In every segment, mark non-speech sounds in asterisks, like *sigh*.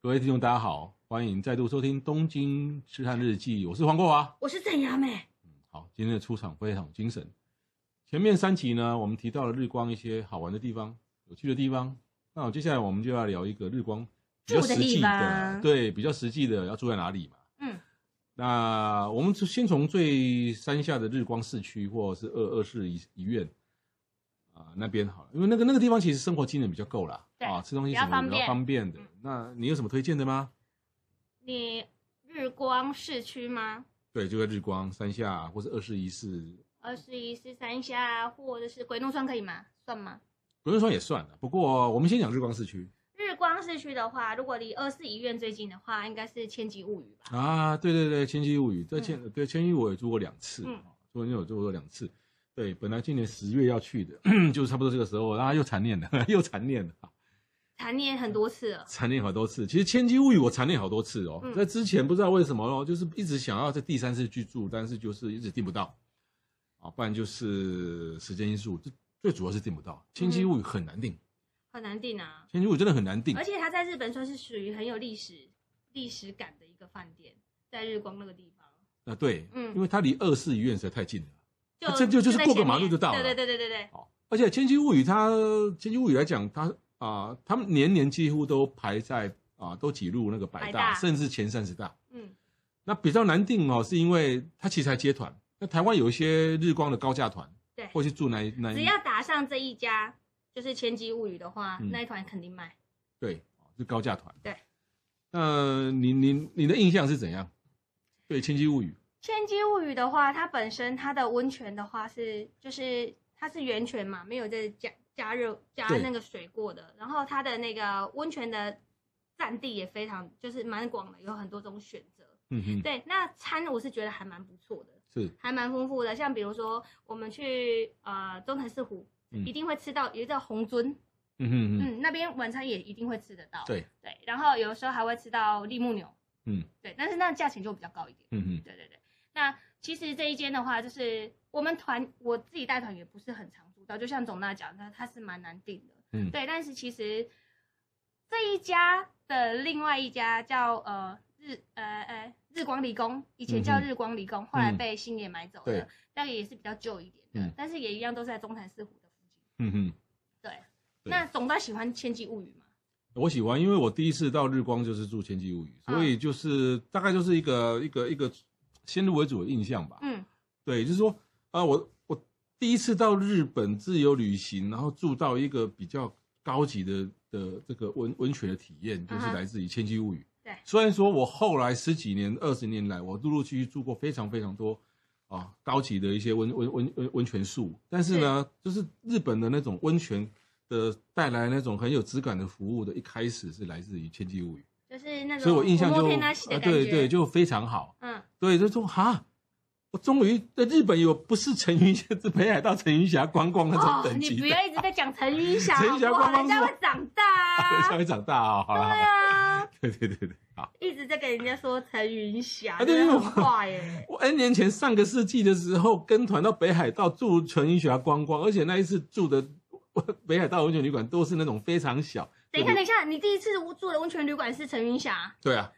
各位听众，大家好，欢迎再度收听《东京痴汉日记》，我是黄国华。我是郑雅美，好，今天的出场非常有精神。前面三集呢，我们提到了日光一些好玩的地方、有趣的地方。那我接下来我们就要聊一个日光比较住的实地际的，方对，比较实际的要住在哪里嘛？嗯，那我们就先从最山下的日光市区或者是二二市医医院啊、那边好了，因为那个那个地方其实生活机能比较够啦，对啊，吃东西比什较么方比较便方便的嗯。那你有什么推荐的吗？你日光市区吗？对，就在日光山下或是二市一市二十一是三峡，或者是鬼怒川可以吗？算吗？不用说也算了，不过我们先讲日光市区日光市区的话，如果离二四医院最近的话，应该是千吉物语吧？啊。对对对，千禧物语，在千、对千禧我也住过两次，嗯昨天有住过两次。对，本来今年十月要去的， *clears throat* 就是差不多这个时候，然后又缠念了， *laughs* 又缠念了，缠念很多次了，缠念好多次。其实千禧物语我缠念好多次哦，嗯在之前不知道为什么哦，就是一直想要在第三次去住，但是就是一直订不到啊，不然就是时间因素，最最主要是订不到。千禧物语很难订，很难定啊。千禧物语真的很难订而。且它在日本算是属于很有历史历史感的一个饭店，在日光那个地方，啊，对，嗯因为它离二四医院实在太近了。就这就就是在过个前马面路就到了对对对对对哦，而且《千禧物语》它《千禧物语》来讲，它啊、他们年年几乎都排在啊、都挤入那个百百大，大甚至前三十大。对，嗯那比较难定哦，是因为它其实还接团。那台湾有一些日光的高价团，对。或去住那一那只一要打上这一家，就是千吉物语的话，嗯那一团肯定卖。对，哦是高价团。对。那你你你的印象是怎样？对《千禧物语》千机物语的话，它本身它的温泉的话是就是它是源泉嘛，没有在加加热加对那个水过的。然后它的那个温泉的占地也非常就是蛮广的，有很多种选择。嗯哼，对，那餐我是觉得还蛮不错的，是还蛮丰富的。像比如说我们去呃中台寺湖，嗯一定会吃到有一个红尊，嗯哼嗯，嗯，那边晚餐也一定会吃得到。对，对，然后有时候还会吃到立木牛，嗯对，但是那价钱就比较高一点。嗯哼对对对。那其实这一间的话，就是我们团我自己带团也不是很常住到，就像总大讲的，它是蛮难订的。嗯对。但是其实这一家的另外一家叫呃日呃呃日光理工，以前嗯叫哼日光理工，后来嗯被星野买走对了，那个也是比较旧一点的，嗯但是也一样都是在中潭寺湖的附近。嗯哼。对。对那总大喜欢《千机物语》嘛？我喜欢，因为我第一次到日光就是住千禧物语，嗯所以就是、大概就是一个一个一个先入为主的印象吧。嗯，对，就是说啊、我我第一次到日本自由旅行，然后住到一个比较高级的的这个温温泉的体验，就是嗯哼来自于千禧物语。对虽然说我后来十几年、二十年来，我陆陆续续住过非常非常多啊高级的一些温温温温温泉宿，但是呢，就是日本的那种温泉的带来那种很有质感的服务的，一开始是来自于千禧物语，就是那种所以我印象就 omotenashi 的呃感觉。对对，就非常好。嗯，对，就说哈，我终于在日本有不是成云峡，是北海道成云峡观光那种等级哦啊你不的，要一直在讲陈云霞，陈好云霞不好？光光人是家我会长 *laughs* 大才啊。会长大啊、好对了好了，啊，对对对对，好。一直在跟人家说陈云霞，啊对真的很坏 *laughs* 耶。我 N 年前上个世纪的时候，跟团到北海道住成云峡观光，而且那一次住的北海道温泉旅馆都是那种非常小。等一下，等一下，你第一次住的温泉旅馆是陈云霞，对啊，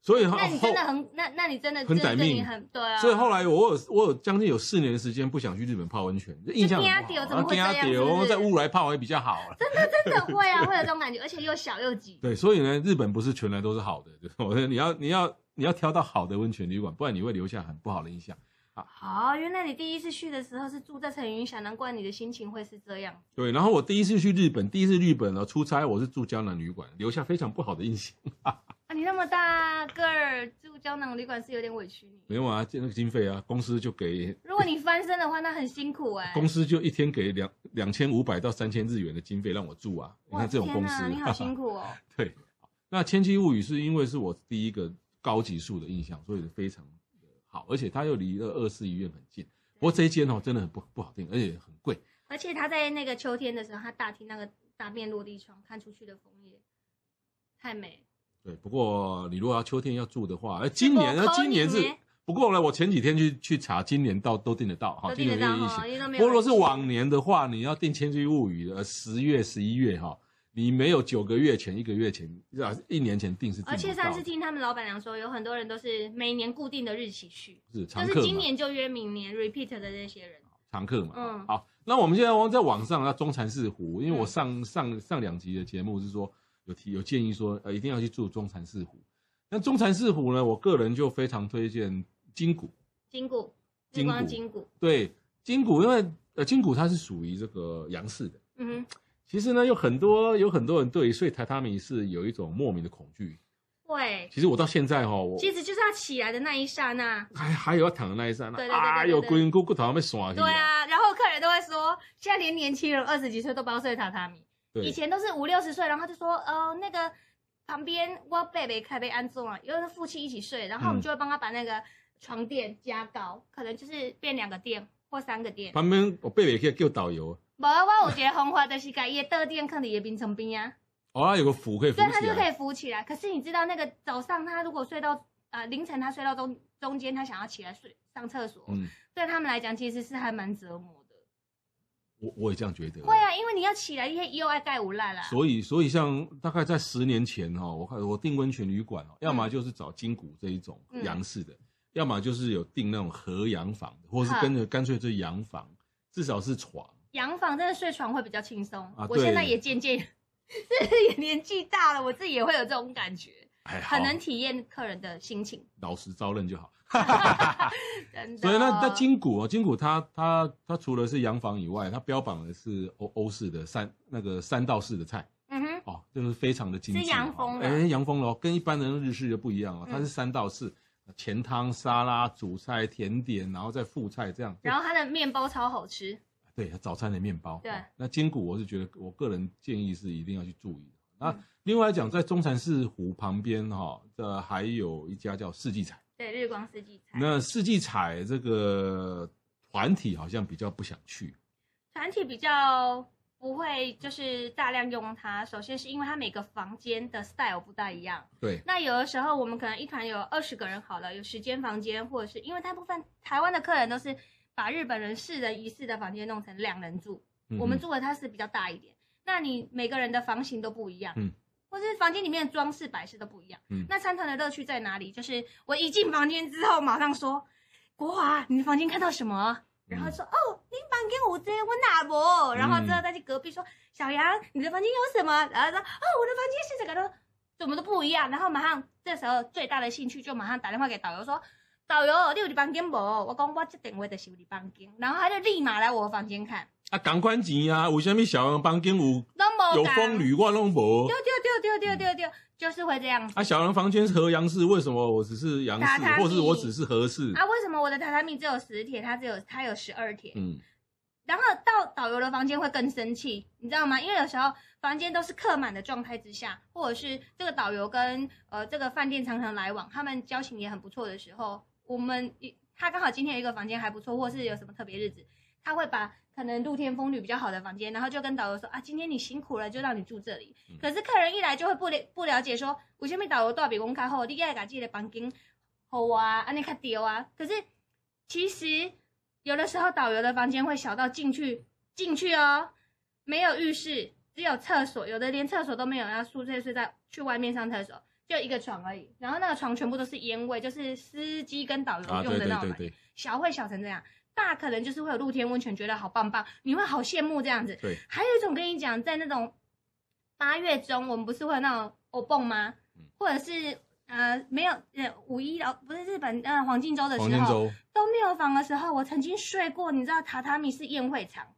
所以后那你真的后很，那那你真的很真的歹对你命很对啊。所以后来我有我有将近有四年的时间不想去日本泡温泉，就印象很不好。啊就怕丢怎么会这样怕丢是不是在乌来泡也比较好了。真的真的会啊，会有这种感觉，而且又小又挤。对，所以呢，日本不是全来都是好的，就是我说你要你要你要挑到好的温泉旅馆，不然你会留下很不好的印象。 *laughs* 好，原来你第一次去的时候是住在陈云霞，难怪你的心情会是这样。对，然后我第一次去日本，第一次日本呢出差，我是住江南旅馆，留下非常不好的印象。 *laughs* 啊，你那么大个儿住胶囊旅馆是有点委屈你。没有啊，这那个经费啊，公司就给如果你翻身的话，那很辛苦哎、公司就一天给两两千五百到三千日元的经费让我住啊。你哇，看这种天公哪司， *laughs* 你好辛苦哦。对，那《千机物语》是因为是我第一个高级数的印象，所以非常呃好，而且它又离了二四医院很近。不过这一间哦，真的很不不好订，而且很贵。而且他在那个秋天的时候，他大厅那个大面落地窗看出去的枫叶，太美了。对，不过你如果要秋天要住的话，哎，今年呢我，扣今年你是耶不过呢，我前几天去去查，今年到都订得到哈，都订得今年到因为疫哈，情。因为都没不有过人如去。果是往年的话，你要订《千机物语》的呃十月、十一月哈，你没有九个月前、一个月前啊、一年前订是订不到而的，且上次听他们老板娘说，有很多人都是每年固定的日期去，是就常是客今嘛，年就约明年 repeat 的这些人。常客嘛。嗯好，那我们现在往在网上，那中禅寺湖，因为我嗯上上上两集的节目是说有提有建议说，呃，一定要去住中禅寺湖。那中禅寺湖呢，我个人就非常推荐金谷。金谷，日金光谷金谷，对，金谷因为呃金谷它是属于这个洋式的，嗯哼，其实呢有很多有很多人对于睡榻榻米是有一种莫名的恐惧。会，其实我到现在哈、哦，啊我其实就是他起来的那一刹那。还还有要躺的那一刹那，对对对对啊，对有对龟骨骨头被耍去对，啊，然后客人都会说，现在连年轻人二十几岁都不要睡榻榻米，对以前都是五六十岁，然后就说，呃，那个旁边我贝贝开被安坐啊，因为是夫妻一起睡，然后我们嗯就会帮他把那个床垫加高，可能就是变两个垫或三个垫。旁边我贝贝可以叫导游，无，我有一个方法就是把伊的桌垫放伫伊冰床边啊，哦，它有个扶可以扶所以他起就可来，以扶起来。可是你知道那个早上他如果睡到呃凌晨，他睡到中中间，他想要起来睡上厕所，嗯，对他们来讲其实是还蛮折磨的。我我也这样觉得。会啊，因为你要起来，你又爱盖无赖啦。所以，所以像大概在十年前哈、哦，我看我订温泉旅馆哦，要么就是找金谷这一种嗯洋式的，要么就是有订那种合洋房的，或是哈跟着干脆就洋房，至少是床。洋房真的睡床会比较轻松。啊我现在对也渐 *laughs* 渐，就是也年纪大了，我自己也会有这种感觉，哎，好很能体验客人的心情。老实招认就好。真的。所以那那金谷哦，金谷它它它除了是洋房以外，它标榜的是欧欧式的三那个三道式的菜嗯哼，哦，就是非常的精致哦、是洋风的哎，洋风咯，跟一般的日式就不一样哦，它嗯是三道式，前汤、沙拉、主菜、甜点，然后再副菜这样。然后它的面包超好吃。对，早餐的面包。对哦那筋骨我是觉得，我个人建议是一定要去注意的。那嗯另外讲，在中禅寺湖旁边哈，这还有一家叫四季彩。对，日光四季餐。那四季彩这个团体好像比较不想去，团体比较不会就是大量用它，首先是因为它每个房间的 style 不大一样。对，那有的时候我们可能一团有二十个人好了，有十间房间，或者是因为大部分台湾的客人都是把日本人四人一室的房间弄成两人住，嗯我们哼住的它是比较大一点。那你每个人的房型都不一样，嗯，或是房间里面的装饰摆饰都不一样。嗯那参团的乐趣在哪里？就是我一进房间之后，马上说：“国华，你的房间看到什么？”嗯然后说：“哦，你房间有这个我哪不？”然后之后再去隔壁说：“小杨，你的房间有什么？”然后说：“哦，我的房间是这个的，怎么都不一样。”然后马上这时候最大的兴趣就马上打电话给导游说。导游，你有你房间不？我讲我这定位就是有你房间，然后他就立马来我的房间看，啊，港关吉啊，为什么小洋房间有都没有敢风旅我弄博丢？丢丢丢丢丢丢，就是会这样子。啊，小洋房间是合洋式，为什么我只是洋榻式榻，米或是我只是和式？啊，为什么我的榻榻米只有十铁，它只有它有十二铁？嗯，然后到导游的房间会更生气，你知道吗？因为有时候房间都是客满的状态之下，或者是这个导游跟呃这个饭店常常来往，他们交情也很不错的时候，我们他刚好今天有一个房间还不错，或是有什么特别日子，他会把可能露天风吕比较好的房间，然后就跟导游说啊，今天你辛苦了，就让你住这里。嗯可是客人一来就会不了不了解说，为什么导游到比公开后，你爱把自己的房间好啊，安尼较对啊。可是其实有的时候导游的房间会小到进去进去哦，没有浴室，只有厕所，有的连厕所都没有，然后宿醉睡在去外面上厕所，就一个床而已。然后那个床全部都是烟味，就是司机跟导游啊，用对的对那种对嘛对小会小成这样，大可能就是会有露天温泉，觉得好棒棒，你会好羡慕这样子。对，还有一种跟你讲，在那种八月中，我们不是会有那种欧蹦吗嗯？或者是呃没有呃五一劳不是日本呃黄金周的黄时金候周都没有房的时候，我曾经睡过，你知道榻榻米是宴会场。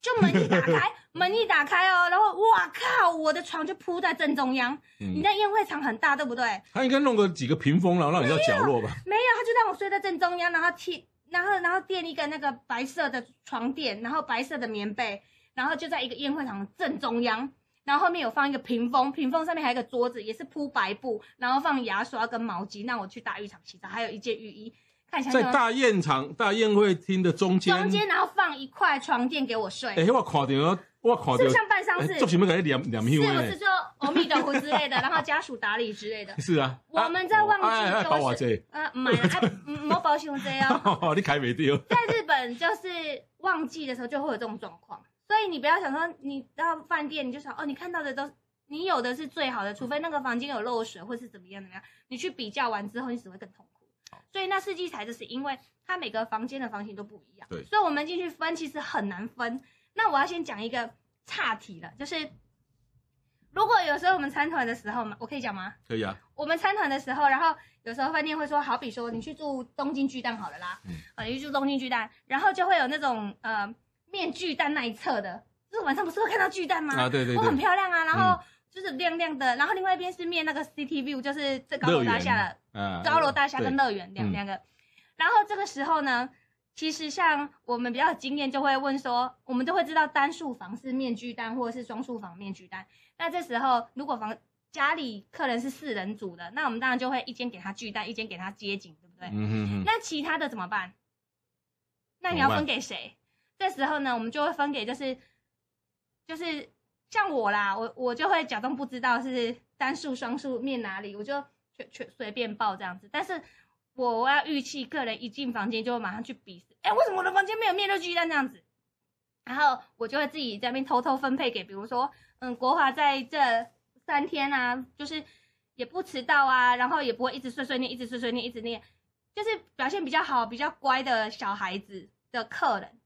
就门一 *laughs* 打开，门一打开哦，然后哇靠，我的床就铺在正中央。你嗯，在宴会场很大，对不对？他应该弄个几个屏风，然后让你到角落吧。没有，他就让我睡在正中央，然后贴，然后然后垫一个那个白色的床垫，然后白色的棉被，然后就在一个宴会场的正中央。然后后面有放一个屏风，屏风上面还有一个桌子，也是铺白布，然后放牙刷跟毛巾，让我去大浴场洗澡，还有一件浴衣，看起来在大宴场、大宴会厅的中间，中间，然后放一块床垫给我睡，哎、我看到，我看是不到是，像办丧事？哎做什么给你两两是票不是呢？就欧米豆之类的，然后家属打理之类的？是 *laughs* 啊，我们在忘哎哎记哎保都我是，呃，买了，哎，没保险这哦。这， *laughs* 你开没掉，在日本就是旺季的时候就会有这种状况，所以你不要想说你到饭店你就想哦，你看到的都是你有的是最好的，除非那个房间有漏水或是怎么样怎么样，你去比较完之后你只会更痛苦。所以那四季彩就是因为它每个房间的房型都不一样，对所以我们进去分其实很难分。那我要先讲一个岔题了，就是如果有时候我们参团的时候嘛，我可以讲吗？可以啊，我们参团的时候，然后有时候饭店会说，好比说你去住东京巨蛋好了啦，嗯啊，你去住东京巨蛋，然后就会有那种呃面巨蛋那一侧的，就是晚上不是会看到巨蛋吗？啊，对对嗯哦很对，漂亮啊，然后就是亮亮的，然后另外一边是面那个 City View，就是这高楼大厦的啊，高楼大厦跟对乐园两嗯两个。然后这个时候呢，其实像我们比较有经验，就会问说，我们就会知道单数房是面具单，或者是双数房面具单。那这时候如果房家里客人是四人组的，那我们当然就会一间给他巨单，一间给他街景，对不对？嗯嗯嗯，那其他的怎么办？那你怎要么办分给谁？这时候呢，我们就会分给就是就是像我啦，我我就会假装不知道是单数、双数面哪里，我就全全随便报这样子。但是我要预期客人一进房间就会马上去比，哎、为什么我的房间没有面对巨蛋这样子？然后我就会自己在那边偷偷分配给，比如说，嗯，国华在这三天啊，就是也不迟到啊，然后也不会一直碎碎念，一直碎碎念，一直念，就是表现比较好、比较乖的小孩子的客人，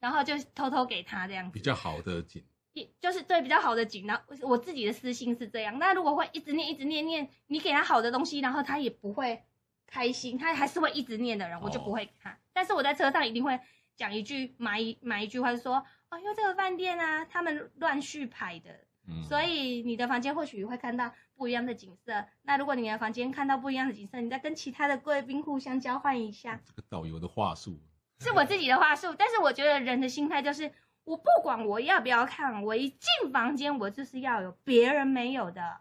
然后就偷偷给他这样比子，较好的景，也就是对比较好的景。然后我自己的私心是这样，那如果会一直念、一直念念，你给他好的东西，然后他也不会开心，他还是会一直念的人，我就哦不会给他。但是我在车上一定会讲一句买一买一句话，就说哦，因为这个饭店啊，他们乱续排的，嗯，所以你的房间或许会看到不一样的景色。那如果你的房间看到不一样的景色，你再跟其他的贵宾互相交换一下，这个导游的话术，是我自己的话术。但是我觉得人的心态就是，我不管我要不要看，我一进房间我就是要有别人没有的。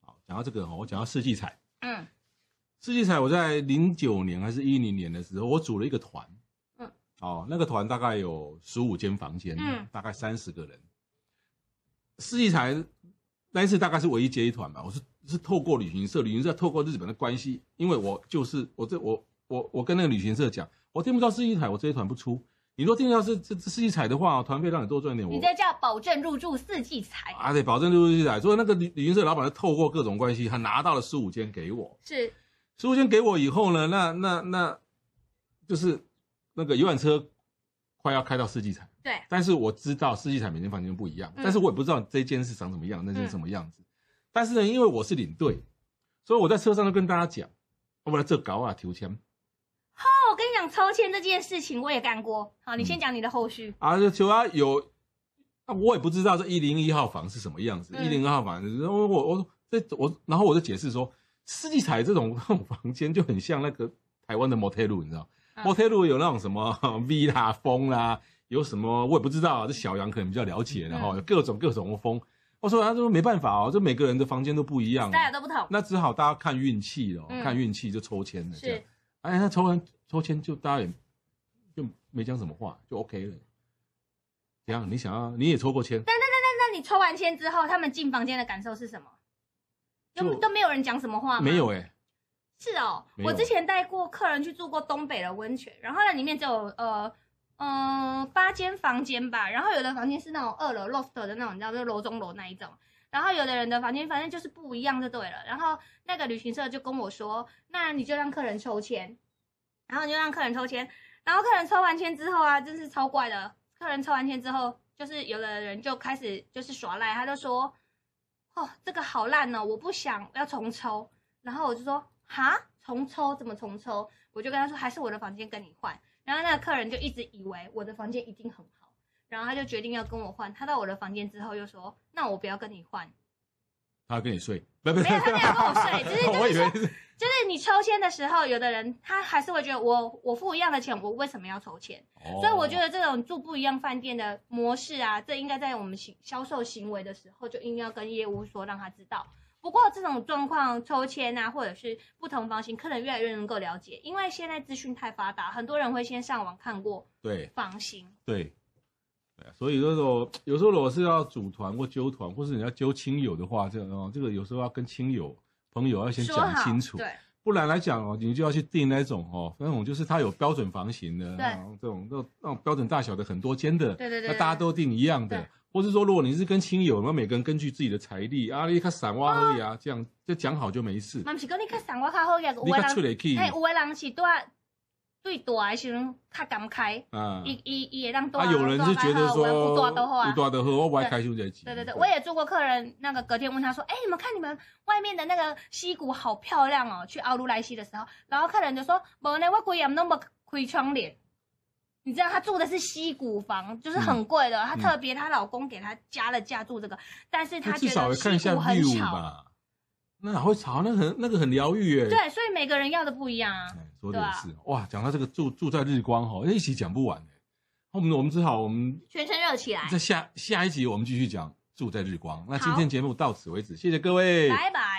好，讲到这个哦，我讲到世纪彩，嗯世纪彩，我在零九年还是一零年的时候，我组了一个团，嗯，哦，那个团大概有十五间房间，嗯大概三十个人。世纪彩那一次大概是唯一接一团吧，我是是透过旅行社，旅行社透过日本的关系，因为我就是我这我我我跟那个旅行社讲，我订不到世纪彩，我这一团不出。你若订到是这这世纪彩的话，团费让你多赚一点，我你这叫保证入住四季财，啊对，保证就是世纪彩。所以那个旅旅行社老板就透过各种关系，他拿到了十五间给我。是十五间给我以后呢，那那那，就是那个游览车快要开到世纪彩，对，但是我知道世纪彩每间房间都不一样，嗯但是我也不知道这间是长什么样，那间是什么样子。但是呢，因为我是领队，所以我在车上就跟大家讲，我来这搞啊，抽签哦，我跟你讲，抽签这件事情我也干过。好，你先讲你的后续。啊，就求啊有，啊我也不知道这一零一号房是什么样子，一嗯零二号房，然后我我这我，然后我就解释说，世纪彩这种这种房间就很像那个台湾的 motel，你知道。嗯 motel 如果有那种什么 V 啦、风啦，有什么我也不知道啊，这小杨可能比较了解，然嗯后有各种各种风。我说他说没办法哦，这每个人的房间都不一样、哦大，家都不同，那只好大家看运气咯，嗯看运气就抽签了。这样是，哎，那抽完抽签就大家也就没讲什么话，就 OK 了。怎样？你想要你也抽过签？那你抽完签之后，他们进房间的感受是什么？就都都没有啊人讲什么话吗？没有哎、是哦，没有我之前带过客人去住过东北的温泉，然后那里面只有呃呃八间房间吧，然后有的房间是那种二楼 loft 的那种，你知道，就是楼中楼那一种。然后有的人的房间反正就是不一样就对了。然后那个旅行社就跟我说，那你就让客人抽签，然后你就让客人抽签，然后客人抽完签之后啊，真是超怪的。客人抽完签之后，就是有的人就开始就是耍赖，他就说：“哦，这个好烂哦，我不想要重抽。”然后我就说：“哈，重抽怎么重抽？”我就跟他说：“还是我的房间跟你换。”然后那个客人就一直以为我的房间一定很好，然后他就决定要跟我换。他到我的房间之后又说：“那我不要跟你换。”他要跟你睡，不不，没有，他没有跟我 *laughs* 睡，只是就我是以说为是就是你抽签的时候，有的人他还是会觉得我我付一样的钱，我为什么要抽签？所以我觉得得这种住不一样饭店的模式啊，这应该在我们行销售行为的时候就应该要跟业务说，让他知道。不过这种状况抽签啊，或者是不同房型，客人越来越能够了解，因为现在资讯太发达，很多人会先上网看过对房型。对对啊，所以说我有时候我是要组团或揪团，或是你要揪亲友的话，这个哦，这个有时候要跟亲友朋友要先说讲好，清楚，对，不然来讲哦，你就要去订那种哦，那种就是它有标准房型的，对那种这种那种那种标准大小的很多间的，对对对那大家都订一样的对。或是说，如果你是跟亲友，那每个人根据自己的财力，啊，你看散挖而已啊，这样就讲好就没事。嘛不是讲你较上我较好个，有你的看出人来去嘿，有的人是对对大的时阵较感慨，啊，伊伊伊会当大。啊，有人是觉得说有大都好啊有。大的喝，哦我不爱开胸在挤。对对对，我也做过客人，那个隔天问他说：“哎、你们看你们外面的那个溪谷好漂亮哦，去奥卢莱西的时候。”然后客人就说：“没呢，我鬼也那么开窗帘。”你知道他住的是溪谷房，就是嗯很贵的。她特别她老公给她加了价住这个，但是那她至觉少得也看溪一下谷很 view 吵，吧。那哪会吵？那个很那个很疗愈耶。对，所以每个人要的不一样啊。哎，说的也对啊是。哇，讲到这个住住在日光哈，一起讲不完哎。我们我们只好我们全身热起来，在下下一集我们继续讲住在日光。那今好天节目到此为止，谢谢各位，拜拜。